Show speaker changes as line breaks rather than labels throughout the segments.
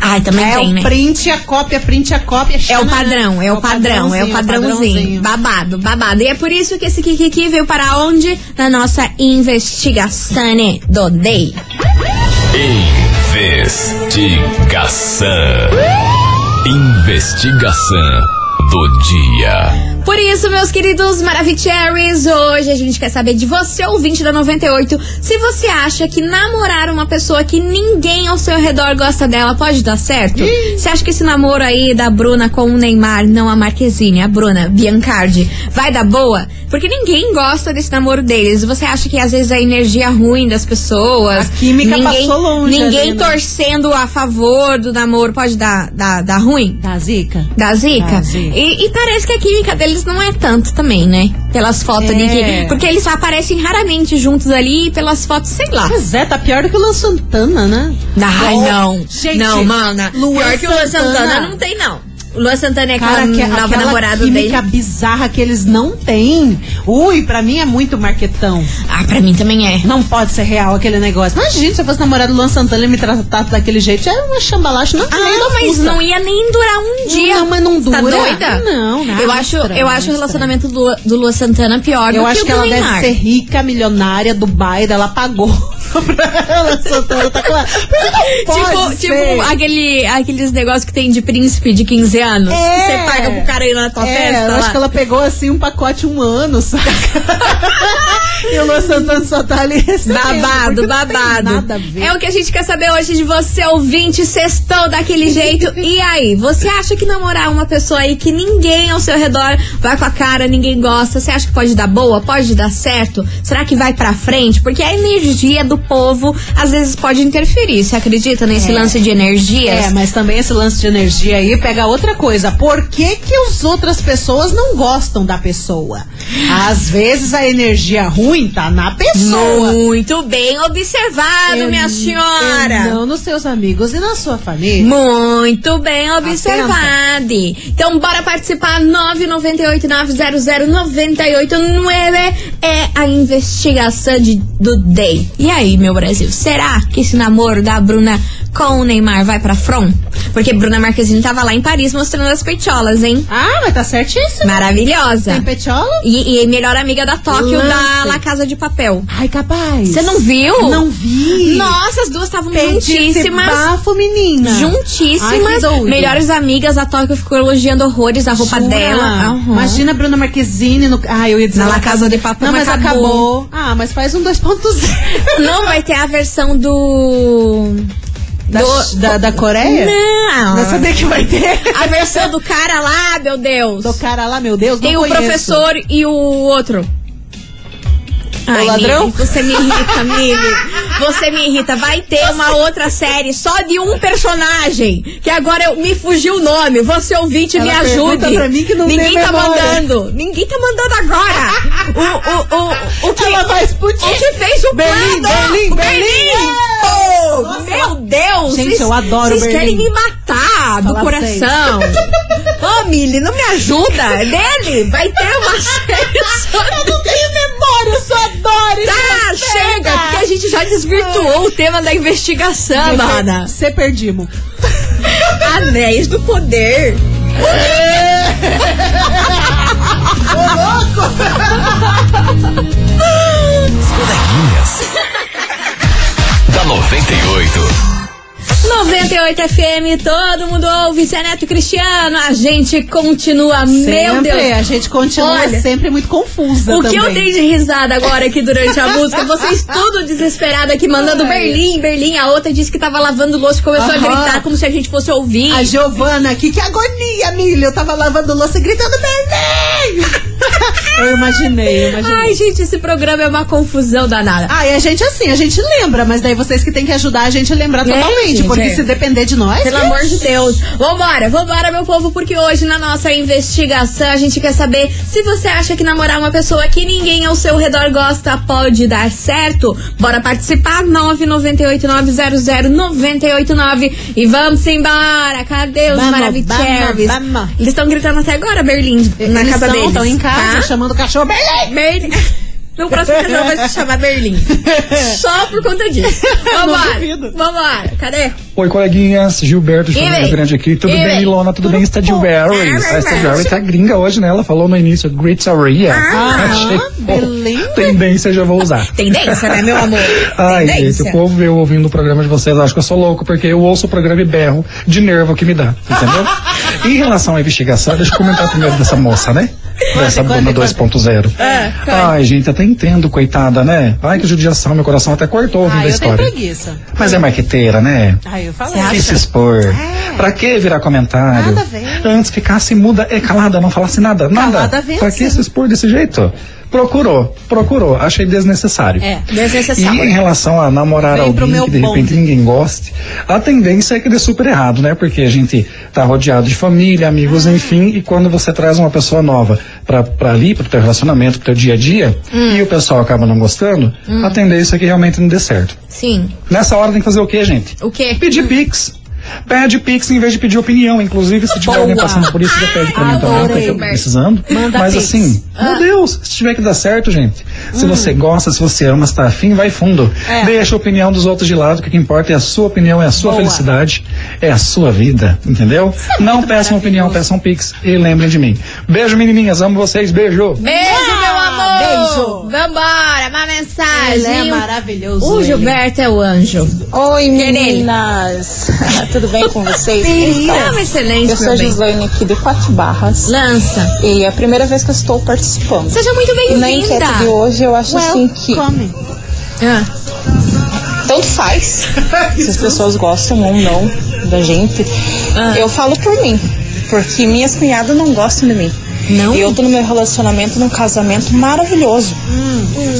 Ai, também
é
tem,
o
né?
print, a cópia, print, a cópia.
É o
chama-
padrão, é o padrão, é o padrãozinho. Babado, babado. E é por isso que esse Kikiki veio para onde? Na nossa investigação né, do Day.
Investigação. Investigação do dia.
Por isso, meus queridos Maravicheries, hoje a gente quer saber de você, ouvinte da 98, se você acha que namorar uma pessoa que ninguém ao seu redor gosta dela pode dar certo. Você acha que esse namoro aí da Bruna com o Neymar, não a Marquezine, a Bruna Biancardi, vai dar boa? Porque ninguém gosta desse namoro deles. Você acha que às vezes a energia ruim das pessoas.
A química
ninguém,
passou longe
Ninguém
ali, né?
torcendo a favor do namoro pode dar, dar, dar ruim?
Da zica.
Da Zika?
Da Zika.
E, e parece que a química deles não é tanto também, né? Pelas fotos
É.
ali que. Porque eles aparecem raramente juntos ali e pelas fotos, sei lá.
Pois é, tá pior do que o Luan Santana, né?
Ai,
Bom,
não.
gente,
não, mana.
Luan
Pior que o Luan Santana.
Santana
não tem, não. O Luan Santana é aquela
Cara, que,
nova
aquela
namorada
química
dele.
bizarra que eles não têm. Ui, pra mim é muito marquetão.
Ah, pra mim também é.
Não pode ser real aquele negócio. Imagina se eu fosse namorado do Luan Santana e me tratasse daquele jeito. É uma chambalacho, não
Ah,
nem da
mas
fuça.
não ia nem durar um dia.
Não, mas não
Tá
dura.
doida?
Não, não,
Eu
não é
acho,
estranho,
eu
não é
acho o
estranho.
relacionamento do, Lua- do Luan Santana pior
Eu
do
acho
que
que
o do
ela
Neymar.
deve ser rica, milionária, Dubai, daí ela pagou pra ela, Santana, tá claro.
Tipo, tipo aquele, aqueles negócios que tem de príncipe de 15
É.
anos. Que você paga pro cara ir na tua festa.
eu acho
lá.
que ela pegou assim um pacote um ano, saca? e o Luan Santana só tá ali recebendo, porque não tem
Babado, babado.
Nada a ver.
É o que a gente quer saber hoje de você, ouvinte, sextou daquele jeito. E aí, você acha que namorar uma pessoa aí que ninguém ao seu redor vai com a cara, ninguém gosta, você acha que pode dar boa? Pode dar certo? Será que vai pra frente? Porque a energia do povo às vezes pode interferir. Você acredita nesse lance de energias?
É, mas também esse lance de energia aí pega outra coisa. Por que que as outras pessoas não gostam da pessoa? Às vezes a energia ruim tá na pessoa.
Muito bem observado,
Eu-
minha senhora.
eu Não nos seus amigos e na sua família.
Muito bem observado. Então, bora participar. 998-900-989 é a investigação de- do Day. E aí, meu Brasil, será que esse namoro da Bruna com o Neymar vai pra front? Porque Bruna Marquezine tava lá em Paris mostrando as peitolas, hein?
Ah, mas tá certíssimo.
Maravilhosa.
Tem petiola?
E, e melhor amiga da Tóquio, da
Lance.
La Casa de Papel.
Ai, capaz.
Você não viu?
Não vi.
Nossa, as duas estavam
Perdi esse
juntíssimas.
bafo, menina. Ai, que
juntíssimas,
doido.
melhores amigas, a Tóquio ficou elogiando horrores a roupa
Jura?
dela. Aham.
Imagina a Bruna Marquezine no. Ah, eu ia dizer.
Na La
La
Casa de Papel,
Não,
mas
mas
acabou.
acabou. Ah, mas faz um 2.0.
Não vai ter a versão do.
Da,
do-
da, da Coreia?
Não!
Vai saber que vai ter.
A versão do cara lá, meu Deus!
Do cara lá, meu Deus, não
Tem o
conheço.
professor e o outro.
ladrão?
Nick, você me irrita, amigo. Você me irrita. Vai ter uma outra série só de um personagem. Que agora eu, me fugiu o nome. Você ouvinte,
Ela
me ajude.
pergunta pra mim que não tem
Ninguém tá
memória.
mandando. Ninguém tá mandando agora. O, o, o, o que.
Ela vai explodir.
O que fez o
Berlim,
plano?
Berlim,
O
Berlim.
Pô, meu Deus!
Gente,
vocês-
eu adoro
Vocês
Berlim.
querem me matar do
Falar
coração. Ô, Mili, não me ajuda. É dele. Vai ter uma série só
Não tenho memória, eu só adoro.
Tá, chega, porque a gente já desvirtuou o tema da investigação, Ana.
Você perdimos.
Anéis do poder.
Coleguinhas. da 98.
98 FM, todo mundo ouve, Zé Neto e Cristiano. A gente continua, meu
Sempre,
Deus.
a gente continua
Olha,
sempre muito confusa
O que
também.
eu dei de risada agora aqui durante a música, vocês tudo desesperado aqui mandando
Ai.
Berlim, Berlim. A outra disse que tava lavando louça e começou a
Aham.
gritar como se a gente fosse ouvir.
A Giovana aqui, que agonia, milho. Eu tava lavando louça e gritando Berlim. eu imaginei, eu imaginei.
Ai, gente, esse programa é uma confusão danada.
Ah, e a gente assim, a gente lembra, mas daí vocês que tem que ajudar a gente a lembrar
É,
totalmente,
gente,
porque
é.
se depender de nós.
Pelo
que-
amor de Deus. Vambora, vambora, meu povo, porque hoje na nossa investigação a gente quer saber se você acha que namorar uma pessoa que ninguém ao seu redor gosta pode dar certo. Bora participar, 998900989. E vamos embora. Cadê os
Vamos,
maravilhosos?
vamos, vamos.
Eles estão gritando até agora, Berlim, na
Eles
casa
tão-
deles.
tão em casa
tá?
chamando o cachorro Berlim.
Berlim. No próximo canal vai se chamar Berlim. Só por conta disso. Vambora.
duvido.
Vambora. Cadê?
Oi, coleguinhas. Gilberto de
E
Campina
aí?
Grande aqui. Tudo
E aí?
bem, Ilona? Tudo, bem? Stradivarius.
Bom. Ah,
A Stradivarius tá gringa hoje, né? Ela falou no início, Gritzaria. Achei.
Ah, Berlim.
Tendência já vou usar.
Tendência, né, meu amor?
Ai,
Tendência.
gente, o povo eu ouvindo o programa de vocês, eu acho que eu sou louco, porque eu ouço o programa e berro de nervo que me dá, entendeu? em relação à investigação, deixa eu comentar primeiro dessa moça, né? Dessa
Conta,
dona
conta,
2.0.
É, conta.
Ai, gente, até entendo, coitada, né? Ai, que judiação, meu coração até cortou ouvindo
Ah,
a
eu tenho
história.
preguiça.
Mas é marqueteira, né?
Ah, eu falei.
E se expor. Pra que virar comentário?
é. Nada a ver.
Antes ficasse muda, é calada, não falasse nada, nada.
Calada vence.
Pra que se expor desse jeito? Procurou, procurou, achei desnecessário.
É.
E em
Desnecessário.
relação a namorar
Vem pro
alguém
meu
que de repente
bonde.
ninguém goste, a tendência é que dê super errado, né? Porque a gente tá rodeado de família, amigos, enfim, e quando você traz uma pessoa nova pra, pra ali, pro teu relacionamento, pro teu dia a dia,
Hum.
e o pessoal acaba não gostando, a tendência é que realmente não dê certo.
Sim.
Nessa hora tem que fazer o quê, gente?
O quê?
Pedir pix. Pede pix em vez de pedir opinião. Inclusive, se tiver
Boa.
alguém passando por isso, já pede pra mim também, porque eu tô
adorei.
precisando.
Manda
Mas
pix. Ah. Hum.
assim, meu Deus, se tiver que dar certo, gente. Se você gosta, se você ama, se tá afim, vai fundo.
É.
Deixa a opinião dos outros de lado, que o que importa é a sua opinião, é a sua
Boa.
felicidade, é a sua vida, entendeu? Não peçam opinião, peçam pix e lembrem de mim. Beijo, menininhas, amo vocês, beijo.
Beijo,
Ah,
meu amor.
beijo.
Vambora, uma mensagem.
Ele é maravilhoso.
O
ele.
Gilberto é o anjo.
Oi,
Quem é ele?
meninas! Tudo bem com vocês? Então,
É uma excelente,
Eu sou a
meu bem.
Gislaine aqui do Quatro Barras
Lança.
e é a primeira vez que eu estou participando.
Seja muito
E na enquete de
bem-vinda.
hoje eu acho assim que
Welcome.
Ah,
tanto faz se as pessoas gostam ou não da gente.
Ah.
Eu falo por mim, porque minhas cunhadas não gostam de mim.
Não?
E eu tô no meu relacionamento, num casamento maravilhoso.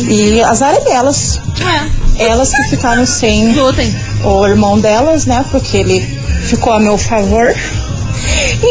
E azar é delas. Elas que ficaram sem
Lutem.
o irmão delas, né? Porque ele ficou a meu favor.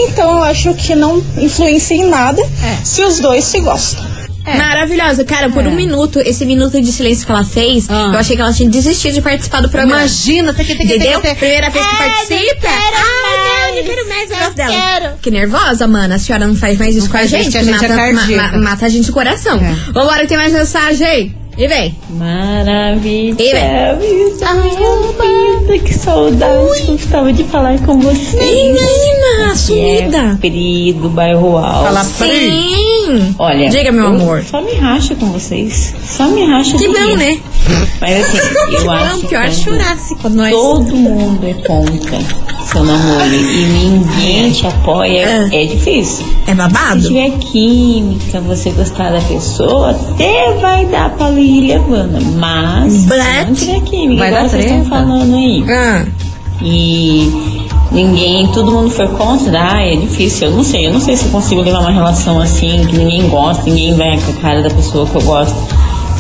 Então eu acho que não influencia em nada
É.
se os dois se gostam.
Maravilhosa. Cara, por um minuto, esse minuto de silêncio que ela fez,
Ah.
eu achei que ela tinha desistido de participar do programa.
Imagina, tá tem que ter que
Entendeu?
ter.
Primeira vez que
É,
participa. Ah, eu não quero mais, eu gosto dela. Que nervosa, mana. A senhora não faz mais isso com a
faz
gente.
isso, que a gente é
mata,
cardíaca.
ma- ma- mata a gente o coração.
É.
Vambora, tem mais mensagem. E vem.
Maravilha,
E vem.
vida, que saudade que eu estava de falar com você.
Menina,
É,
sumida.
querido bairro alto.
Falar free.
Sim.
Olha,
Diga, meu
eu
amor.
Só me racha com vocês. Só me racha
Que
com
bom,
isso.
né?
Mas assim, eu acho
Não, pior
quando
chorasse com nós.
Todo mundo é contra seu namoro e ninguém te apoia.
Ah.
É difícil.
É
Se
babado?
tiver química, você gostar da pessoa, até vai dar pra ir levando. Mas se
But
não tiver química,
vai
igual
dar
vocês estão
treta.
falando aí.
Ah.
E ninguém, todo mundo foi contra, ah, é difícil, eu não sei, eu não sei se eu consigo levar uma relação assim, que ninguém gosta, ninguém vai com a cara da pessoa que eu gosto.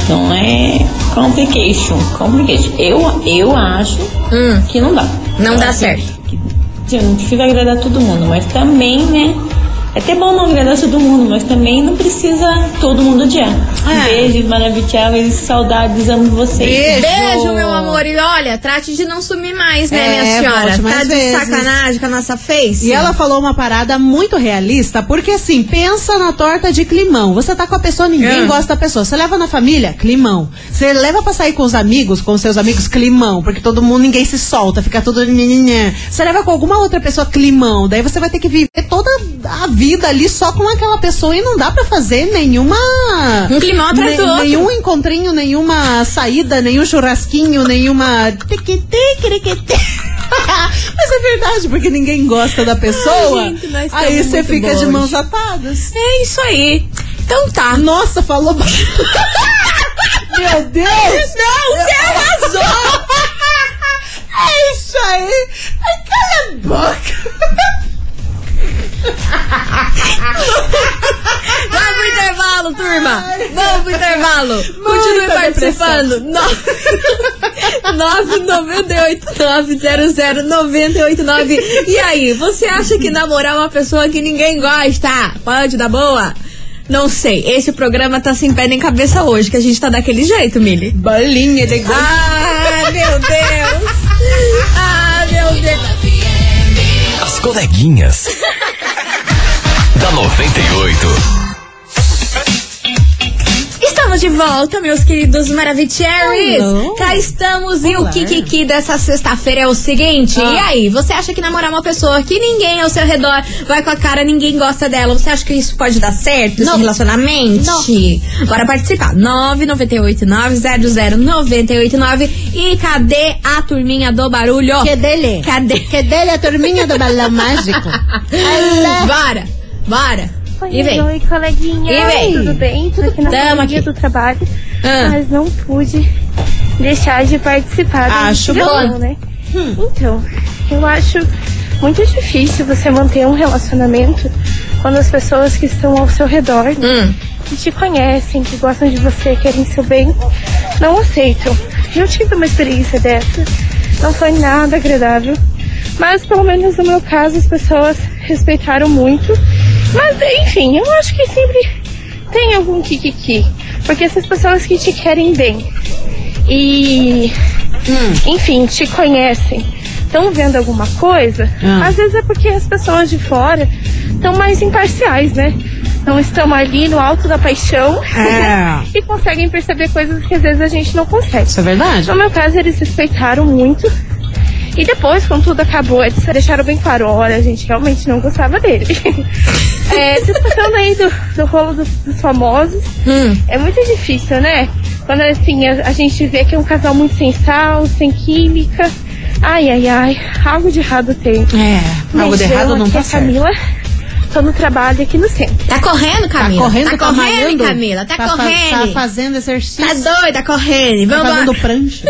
Então é complication, complication. Eu, eu acho
Hum.
que não dá.
Não
Eu
dá
acho
certo.
que- que não precisa agradar todo mundo, mas também, né? É até bom não agradar todo mundo, mas também não precisa todo mundo odiar. Beijos maravilhosos, saudades, amo vocês.
Beijo.
Ah. Beijo, meu amor. E olha, trate de não sumir mais, né,
É,
minha senhora?
volte mais
Tá de
vezes.
sacanagem com a nossa face?
E ela falou uma parada muito realista, porque assim, pensa na torta de climão. Você tá com a pessoa, ninguém
É.
gosta da pessoa. Você leva na família, climão. Você leva pra sair com os amigos, com seus amigos, climão. Porque todo mundo, ninguém se solta, fica tudo. nhenhenhen. Você leva com alguma outra pessoa, climão. Daí você vai ter que viver toda a vida ali só com aquela pessoa e não dá pra fazer nenhuma.
Um climão atrás
Ne-
do outro.
Nenhum encontrinho, nenhuma saída, nenhum churrasquinho, nenhuma. tiquitê, quiriquitê. Mas é verdade, porque ninguém gosta da pessoa.
Ai, gente, nós
aí
estamos
você
muito
fica de
boas.
mãos atadas.
É isso aí. Então tá.
Nossa, falou. ba- Meu Deus!
Não, você arrasou!
É isso aí! Ai, Cala a boca!
Vamos pro intervalo, turma! Vamos pro intervalo! Continue
Muita
participando! 998900989 E aí, você acha que namorar uma pessoa que ninguém gosta pode dar boa? Não sei, esse programa tá sem pé nem cabeça hoje, que a gente tá daquele jeito, Mili.
Bolinha de
Ah, meu Deus! Ah, meu Deus!
As coleguinhas. da 98.
Estamos de volta, meus queridos Maravicheries!
Hello.
Cá estamos e o Kikiki dessa sexta-feira é o seguinte:
Ah.
e aí, você acha que namorar uma pessoa que ninguém ao seu redor vai com a cara, ninguém gosta dela, você acha que isso pode dar certo? Esse
Não.
relacionamento? Bora participar! 998-900-989 e cadê a turminha do barulho?
Que dele?
Cadê?
Que dele a turminha do balão mágico? Alá.
Bora! Bora!
Oi,
E vem!
oi, coleguinha.
E vem.
Tudo bem? Tudo aqui na
Tamo
família
aqui.
do trabalho.
Ah.
Mas não pude deixar de participar. do
Acho
programa,
Tá bom.
Né? Então, eu acho muito difícil você manter um relacionamento quando as pessoas que estão ao seu redor, né,
Hum.
que te conhecem, que gostam de você, querem seu bem, não aceitam. Eu tive uma experiência dessa. Não foi nada agradável. Mas pelo menos no meu caso as pessoas respeitaram muito. Mas enfim, eu acho que sempre tem algum kikiki. Porque essas pessoas que te querem bem e
Hum.
enfim, te conhecem, estão vendo alguma coisa,
Ah.
às vezes é porque as pessoas de fora estão mais imparciais, né? Não estão ali no alto da paixão
É.
e conseguem perceber coisas que às vezes a gente não consegue.
Isso é verdade?
No meu caso, eles respeitaram muito. E depois, quando tudo acabou, eles deixaram bem claro, olha, a gente realmente não gostava dele. é, se tratando aí do, do rolo dos, dos famosos,
Hum.
é muito difícil, né? Quando assim, a, a gente vê que é um casal muito sem sal, sem química. Ai, ai, ai, algo de errado tem.
É, algo
Mas
de
eu
errado não
aqui,
tá
a
certo.
Camila, tô no trabalho aqui no centro.
Tá correndo, Camila?
correndo,
tá correndo
malhando?
Camila? Tá,
fa- Tá
correndo?
fazendo exercício.
Tá doida, correndo.
Tá
Vamos
fazendo prancha.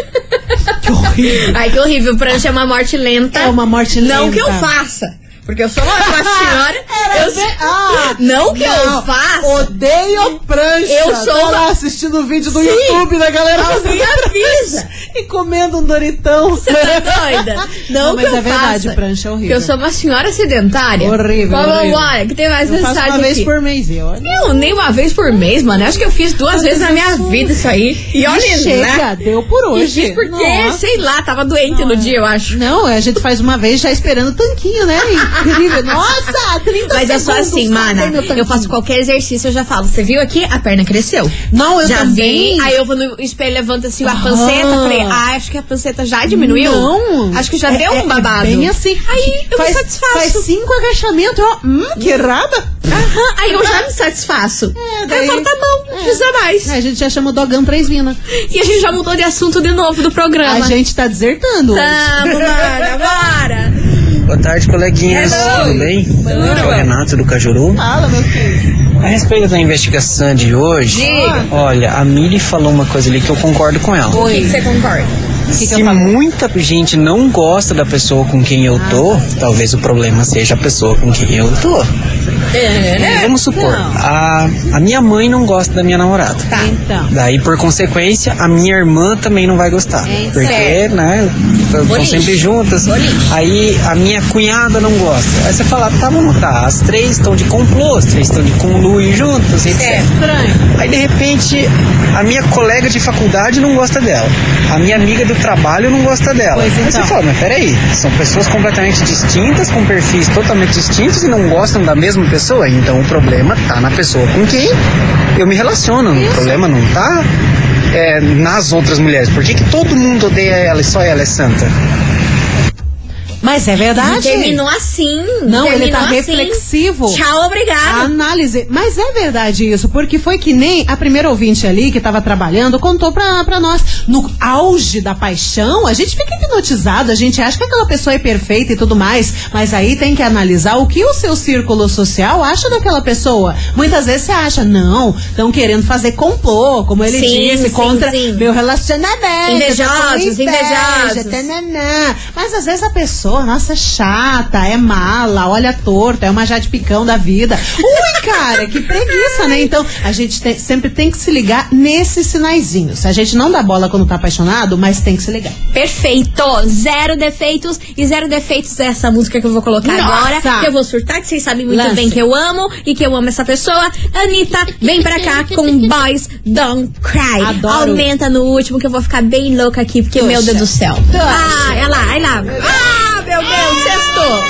que horrível.
Ai, que horrível. Prancha é uma morte lenta.
É uma morte lenta.
Não que eu faça. Porque eu sou uma ótima senhora. eu sou-
Ah,
Não que eu faça.
Odeio prancha.
Eu sou
Tô lá
uma-
assistindo o vídeo do
Sim.
YouTube da galera
Alguém
fazendo
avisa.
e comendo um Doritão.
Você tá doida? Não,
Não,
que
mas
eu
é verdade,
faça.
prancha é horrível.
Que eu sou uma senhora sedentária.
Horrível,
Vamos
horrível.
embora, que tem mais
Eu faço
mensagem
uma vez
aqui.
por mês, e olha.
Eu nem uma vez por mês, mano. Eu acho que eu fiz duas vezes na minha vida isso aí. E olha
Chega,
lá.
deu por
Eu
hoje.
fiz porque,
Nossa.
sei lá, tava doente no dia, eu acho.
Não, a gente faz uma vez já esperando o tanquinho, né? Incrível. Nossa, 30
Mas eu
segundos.
sou assim,
cadê
mana.
meu tanquinho?
Eu faço qualquer exercício, eu já falo. Você viu aqui? A perna cresceu.
Não, eu
já
também.
vi. Aí eu vou no espelho, levanto assim a
Aham.
panceta. Falei, ah, acho que a panceta já diminuiu.
Não.
Acho que já
É-
deu
é-
um babado.
É bem assim.
Aí eu
faz,
me satisfaço.
Faz cinco agachamentos, ó. Hum, que raba. Ah.
Aham, Aí eu já me satisfaço.
É,
Aí
daí-
eu falo, tá bom, não precisa mais.
A gente já chamou Dogão três mina.
E a gente já mudou de assunto de novo do
A
programa.
gente tá desertando hoje.
Tamo, mana, bora.
Boa tarde, coleguinhas.
Hello.
Tudo bem? Aqui é o Renato do Cajuru.
Fala, meu filho.
A respeito da investigação de hoje,
Diga.
olha, a Mili falou uma coisa ali que eu concordo com ela.
O que que você concorda?
Se muita gente não gosta da pessoa com quem eu tô, talvez o problema seja a pessoa com quem eu tô. coisa.
É.
Vamos supor, a, a minha mãe não gosta da minha namorada.
Tá. Então.
Daí, por consequência, a minha irmã também não vai gostar.
É,
porque,
certo.
né, estão
Boliche.
sempre juntas.
Boliche.
Aí a minha cunhada não gosta. Aí você fala, tá, bom, tá, as três estão de complô, as três estão de conluio juntas, etc.
é
Estranho.
Aí de repente a minha colega de faculdade não gosta dela. A minha amiga do trabalho não gosta dela.
Pois
Aí
então.
você fala, mas peraí, são pessoas completamente distintas, com perfis totalmente distintos e não gostam da mesma pessoa. Então o problema tá na pessoa com quem eu me relaciono. O problema não tá é, nas outras mulheres. Por que, que todo mundo odeia ela e só ela é santa?
Mas é verdade.
Terminou assim.
Não,
terminou
ele tá
assim.
reflexivo.
Tchau,
A
obrigado.
análise. Mas é verdade isso, porque foi que nem a primeira ouvinte ali que tava trabalhando contou pra, pra nós. No auge da paixão, a gente fica hipnotizado, a gente acha que aquela pessoa é perfeita e tudo mais, mas aí tem que analisar o que o seu círculo social acha daquela pessoa. Muitas vezes você acha, não, estão querendo fazer complô, como ele
Sim,
disse,
sim,
contra
sim.
meu relacionamento.
Invejosos,
tô com inveja,
invejosos.
tananã. Mas às vezes a pessoa, nossa, é chata, é mala, olha torto, é uma jade picão da vida. Ui, cara, que preguiça, né? Então, a gente tem- sempre tem que se ligar nesses sinaizinhos. A gente não dá bola quando tá apaixonado, mas tem que se ligar.
Perfeito. Zero defeitos. E zero defeitos é essa música que eu vou colocar
Nossa.
agora. Que eu vou surtar, que vocês sabem muito
Lance.
bem que eu amo e que eu amo essa pessoa. Anitta, vem pra cá com Boys Don't Cry.
Adoro.
Aumenta no último que eu vou ficar bem louca aqui, porque, meu Deus do céu.
Puxa.
Ah, olha lá, olha lá. Ah, meu Deus, sextou.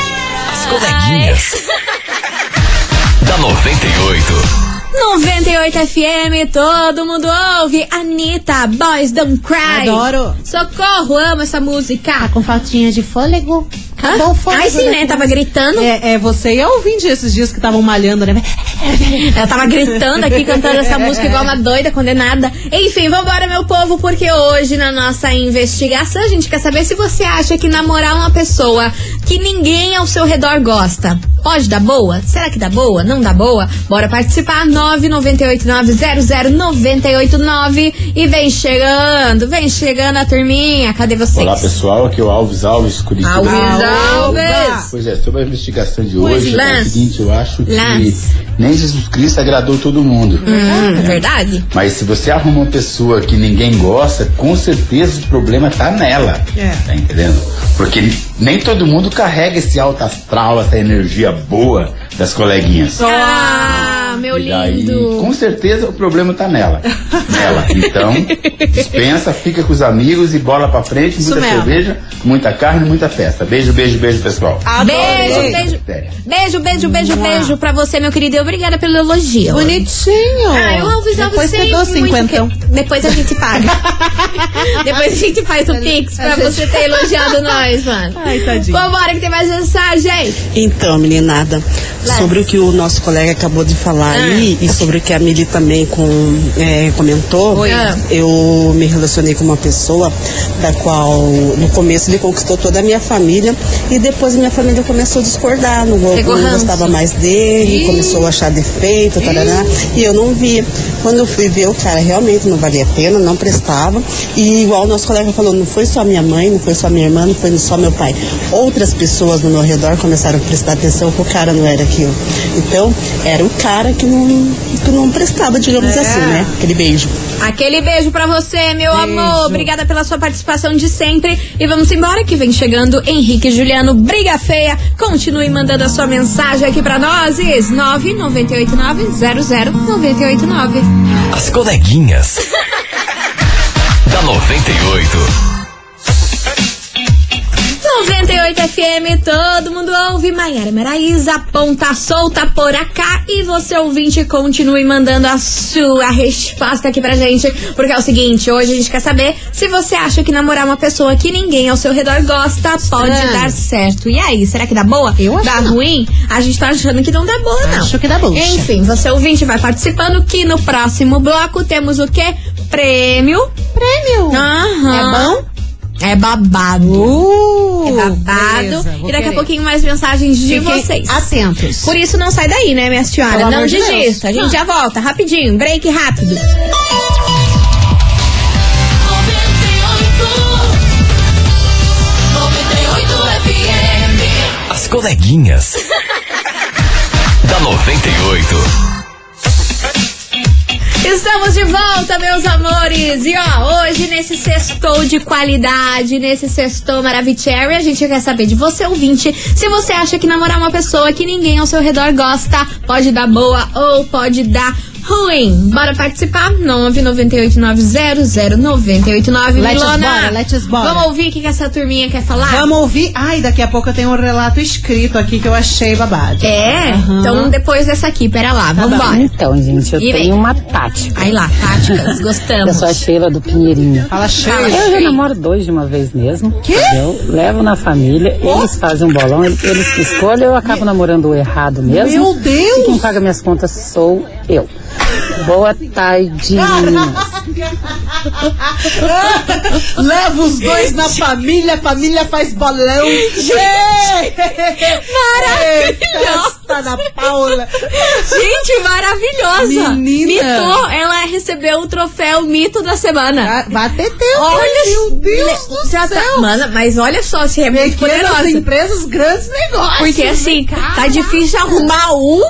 As coleguinhas. da 98.
98 FM, todo mundo ouve. Anitta, Boys Don't Cry.
Adoro. Tá
Socorro, amo essa música.
Com faltinha de fôlego.
Acabou o fôlego, Ai, sim, né? né? Tava gritando.
É, é, você ia ouvindo esses dias que estavam malhando, né?
Ela tava gritando aqui, cantando essa música igual uma doida, condenada. Enfim, vambora, meu povo, porque hoje na nossa investigação a gente quer saber se você acha que namorar uma pessoa que ninguém ao seu redor gosta pode dar boa? Será que dá boa? Não dá boa? Bora participar, 998900989 e vem chegando, vem chegando a turminha, cadê vocês?
Olá pessoal, aqui é o Alves Alves Curitiba.
Alves
Alves.
Alves!
Pois é, sobre a investigação de
Pois,
hoje, é o
Lance.
seguinte, eu acho que
Lance.
nem Jesus Cristo agradou todo mundo.
Hum, verdade?
Mas se você arruma uma pessoa que ninguém gosta, com certeza o problema tá nela.
É.
Tá entendendo? Porque nem todo mundo carrega esse alto astral, essa energia boa das coleguinhas.
Ah, meu
E aí,
lindo!
com certeza o problema tá nela. nela. Então, dispensa, fica com os amigos e bola pra frente,
Isso
muita
mesmo.
cerveja, muita carne, muita festa. Beijo, beijo, beijo, pessoal.
Beijo,
Adorei.
beijo. Beijo, beijo, beijo, beijo pra você, meu querido. E obrigada pelo elogio.
Bonitinho.
Ah, eu Alves Alves
Depois
sempre
eu dou
muito
cinquentão.
que- Depois a gente paga. Depois a gente faz o Pix pra você ter elogiado nós, mano.
Ai, tadinho.
Vambora que tem mais mensagem.
Então, meninada,
Lance.
sobre o que o nosso colega acabou de falar
Ah.
aí e sobre o que a Mili também com- é, comentou,
Oi. Ah.
eu me relacionei com uma pessoa da qual no começo ele conquistou toda a minha família e depois a minha família começou a discordar, não, go-
Pegou
não
ranço.
gostava mais dele, começou a achar defeito, tarará, e eu não via. Quando eu fui ver, o cara realmente não valia a pena, não prestava. E igual o nosso colega falou, não foi só minha mãe, não foi só minha irmã, não foi só meu pai. Outras pessoas no meu redor começaram a prestar atenção que o cara não era aquilo. Então, era o cara que não, que não prestava, digamos assim, né? Aquele beijo.
Aquele beijo pra você, meu amor. Obrigada pela sua participação de sempre. E vamos embora que vem chegando Henrique e Juliano Briga Feia. Continue mandando a sua mensagem aqui pra nós. 998900989.
As coleguinhas. da 98.
98 FM, todo mundo ouve. Maiara Maraíza, ponta solta por acá. E você, ouvinte, continue mandando a sua resposta aqui pra gente. Porque é o seguinte, hoje a gente quer saber se você acha que namorar uma pessoa que ninguém ao seu redor gosta pode
Estranho.
dar certo. E aí, será que dá boa?
Ah. Eu acho
Dá
que não.
ruim? A gente tá achando que não dá boa, não.
Acho que dá bucha.
Enfim, você ouvinte vai participando que no próximo bloco temos o quê? Prêmio.
Prêmio.
Aham.
É bom?
É babado.
Uh,
É
beleza,
babado.
vou
e daqui a
querer.
pouquinho mais mensagens de
Fiquem
vocês.
Atentos.
Por isso não sai daí, né, minha senhora?
Pelo
não
amor de
desista. A
Deus. Ah.
gente já volta rapidinho. Break rápido.
As coleguinhas. da 98.
Estamos de volta, meus amores! E ó, hoje nesse sextou de qualidade, nesse sextou maravilhoso, a gente quer saber de você, ouvinte, se você acha que namorar uma pessoa que ninguém ao seu redor gosta pode dar boa ou pode dar ruim. Bora participar? 998900989.
Let's
Milona,
bora, let's bora.
Vamos ouvir o que que essa turminha quer falar?
Vamos ouvir. Ai, daqui a pouco eu tenho um relato escrito aqui que eu achei babado.
É? Então depois dessa aqui, pera lá, vambora.
Então, gente, eu
E vem.
tenho uma tática.
Aí lá, táticas,
Eu sou a
gostamos.
Sheila do Pinheirinho.
Fala, cheio.
Fala,
Eu já
Sheila.
namoro dois de uma vez mesmo. Que? Eu levo na família, eles fazem um bolão, eles que escolhem, eu acabo namorando o errado mesmo.
Meu Deus!
E quem paga minhas contas sou eu. Boa tarde, meninas.
Leva os dois na família, a família faz bolão. Maravilhosa! Festa na Paula.
Gente, maravilhosa!
Menina.
Mitou, ela recebeu o troféu Mito da Semana.
Bater teu.
Olha,
meu Deus do
já
céu.
Tá, Mana, mas olha só, você é muito
Pequenas
poderosa.
empresas, grandes negócios. Oh.
Porque assim, tá difícil arrumar um,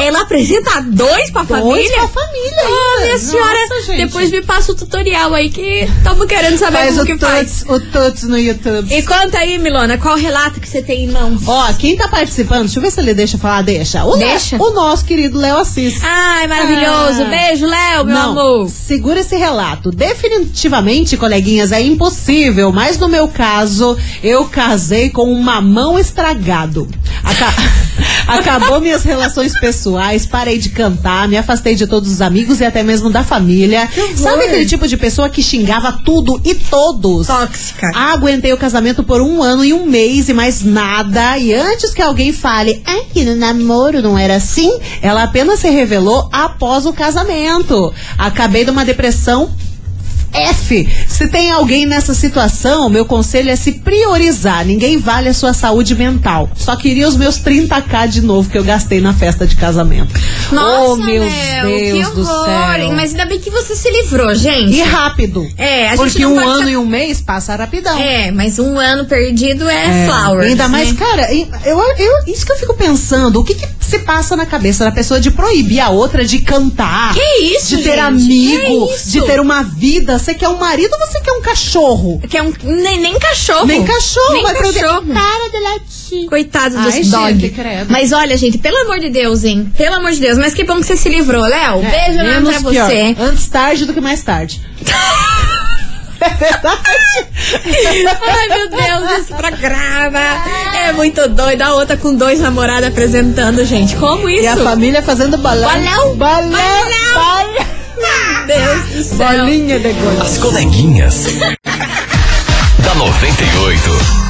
ela apresenta dois pra
Dois
família.
pra família ainda.
Olha, senhora,
Nossa, gente.
depois me passa o tutorial aí que tamo querendo saber
faz
como
o
que faz.
tuts, o tuts no YouTube.
E conta aí, Milona, qual relato que você tem em mãos?
Ó, quem tá participando, deixa eu ver se ele deixa falar, deixa. O
Deixa.
No, o nosso querido Léo Assis.
Ai, maravilhoso.
Ah.
Beijo, Léo, meu
Não,
amor.
segura esse relato. Definitivamente, coleguinhas, é impossível, mas no meu caso, eu casei com um mamão estragado. Aca- Acabou minhas relações pessoais, parei de cantar, me afastei de todos os amigos e até mesmo da família. Sabe aquele tipo de pessoa que xingava tudo e todos?
Tóxica.
Aguentei o casamento por um ano e um mês e mais nada. E antes que alguém fale, ai, que no namoro não era assim, ela apenas se revelou após o casamento. Acabei de uma depressão. F. Se tem alguém nessa situação, meu conselho é se priorizar. Ninguém vale a sua saúde mental. Só queria os meus 30k de novo que eu gastei na festa de casamento.
Nossa,
oh, meu
Léo,
Deus
que
do
horror,
céu.
hein? Mas ainda bem que você se livrou, gente.
E rápido.
É, a gente
Porque
não
um
pode
ano
sa-
e um mês passa rapidão.
É, mas um ano perdido é, flowers.
Ainda mais,
né?
cara, e- eu, eu, isso que eu fico pensando. O que, que se passa na cabeça da pessoa de proibir a outra de cantar?
Que isso,
De ter
gente?
amigo,
Que isso?
de ter uma vida. Você quer um marido ou você quer um cachorro?
Que é um, nem, nem cachorro.
Nem cachorro,
Nem
vai "Tá, proibir.
cachorro.
Para de latir.
Coitado
Ai,
dos
gente,
dog.
credo.
Mas olha, gente, pelo amor de Deus, hein? Pelo amor de Deus. Mas que bom que você se livrou, Léo. Beijo mesmo pra
É, pior.
você.
Antes tarde do que mais tarde. É
Ai, meu Deus, esse programa é muito doido. A outra com dois namorados apresentando, gente. Como isso?
E a família fazendo balão.
Balão.
Balão.
Balão. Meu Deus do céu.
Bolinha de gude.
As coleguinhas. da 98.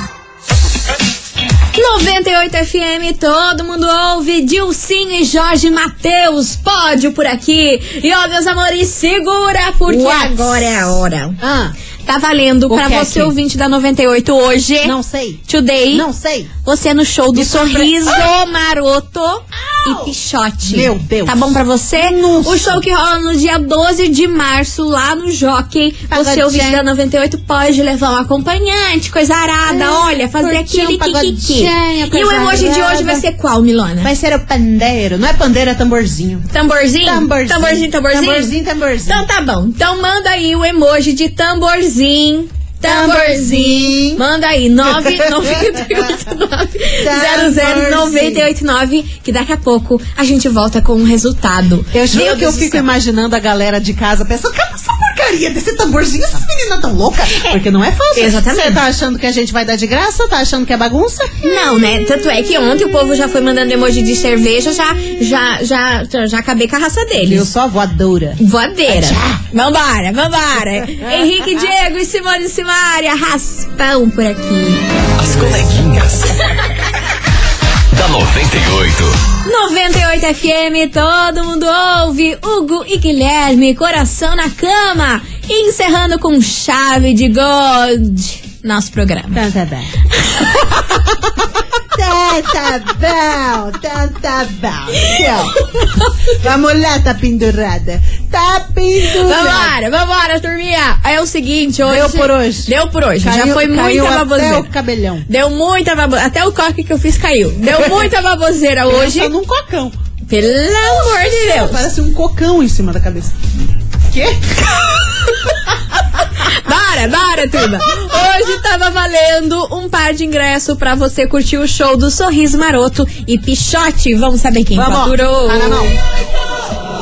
98 FM, todo mundo ouve. Dilcinho e Jorge Matheus, pódio por aqui. E ó, meus amores, segura, porque
What?
agora é a hora.
Ah,
Tá valendo
O
pra
que é
você,
que-
ouvinte da 98 hoje.
não sei.
Today,
Não sei. Ah!
você no show do Sorriso Maroto
Au!
e Pichote.
Meu Deus.
Tá bom pra você?
Nossa.
O show que rola no dia 12 de março, lá no Jockey. Você,
Pagodinho.
ouvinte da 98, pode levar um acompanhante, coisa arada. olha, fazer
É, curtir
aquele
um pagodinho,
kikiki. E o
coisa
emoji de
arada.
hoje vai ser qual, Milona?
Vai ser o pandeiro. Não é pandeiro, é tamborzinho.
Tamborzinho?
Tamborzinho.
Tamborzinho, tamborzinho?
Tamborzinho, tamborzinho.
Então tá bom. Então manda aí o emoji de tamborzinho. Tamborzinho.
Tamborzinho.
Manda aí, 998900989, que daqui a pouco a gente volta com o resultado.
Eu juro
Meu
que eu
Deus do
fico
céu.
imaginando a galera de casa pensando, cara, essa porcaria desse tamborzinho, essas meninas tão loucas. Porque não é fácil.
Exatamente.
Você tá achando que a gente vai dar de graça? Tá achando que é bagunça?
Não, né? Tanto é que ontem o povo já foi mandando emoji de cerveja, já, já, já, já, já acabei com a raça deles.
Eu sou a voadora.
Voadeira. Vambora, vambora. Henrique, Diego e Simone e Simária, raspão por aqui.
As coleguinhas. da 98.
98 FM, todo mundo ouve. Hugo e Guilherme, coração na cama. E encerrando com chave de gold. Nosso programa.
Tá, tá bem. tá, tá bom, tá, tá bom. Então, Vamos lá, tá pendurada. Tá pendurada.
Vambora, vambora, turminha. É o seguinte, hoje.
Deu por hoje.
Deu por hoje. Já foi muita
caiu até
baboseira.
o cabelão.
Deu muita baboseira. Até o coque que eu fiz caiu. Deu muita baboseira hoje.
Pensa Tá num cocão.
Pelo amor de Deus.
Parece um cocão em cima da cabeça. Quê?
Bora, bora, turma! Hoje tava valendo um par de ingresso pra você curtir o show do Sorriso Maroto e Pichote. Vamos saber quem
Vamos.
faturou.
Ah, não, não.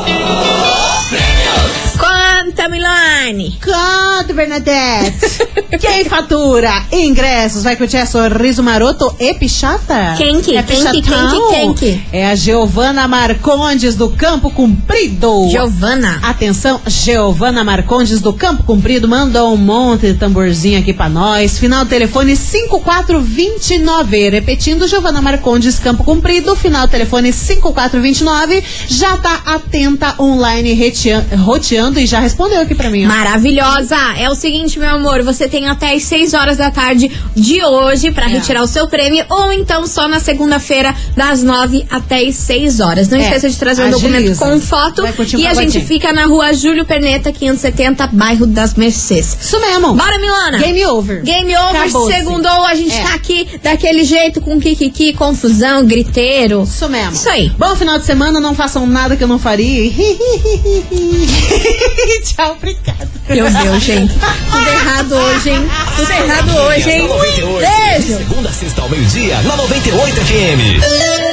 Conta, Milane!
Conta, Bernadette. Quem fatura ingressos vai curtir a Sorriso Maroto e Pichata?
Quem que?
É
Quem que? Quem que?
Pichatão?
Quem que?
É a Giovana Marcondes do Campo Cumprido.
Giovana.
Atenção, Giovana Marcondes do Campo Cumprido mandou um monte de tamborzinho aqui pra nós. Final do telefone 5429. Repetindo, Giovana Marcondes Campo Cumprido. Final do telefone 5429. Já tá atenta online retean- roteando e já respondeu aqui pra mim. ó.
Maravilhosa! É o seguinte, meu amor, você tem até as 6 horas da tarde de hoje
É.
pra retirar o seu prêmio, ou então só na segunda-feira, das 9 até as 6 horas. Não
É,
esqueça de trazer um
agiliza.
documento com foto.
Vai curtir um
E a gente
pagodinho.
fica na rua Júlio Perneta, 570, bairro das Mercedes.
Isso mesmo.
Bora, Milana!
Game over.
Game over,
Acabou-se.
segundou, a gente
É.
tá aqui daquele jeito, com kikiki, confusão, griteiro.
Isso mesmo.
Isso aí.
Bom final de semana, não façam nada que eu não faria. Tchau, obrigada.
Meu Deus, gente. Tudo errado hoje, hein? Tudo errado hoje, hein?
Na 98.
Beijo!
Tá Segunda, sexta ao meio-dia, na 98 FM.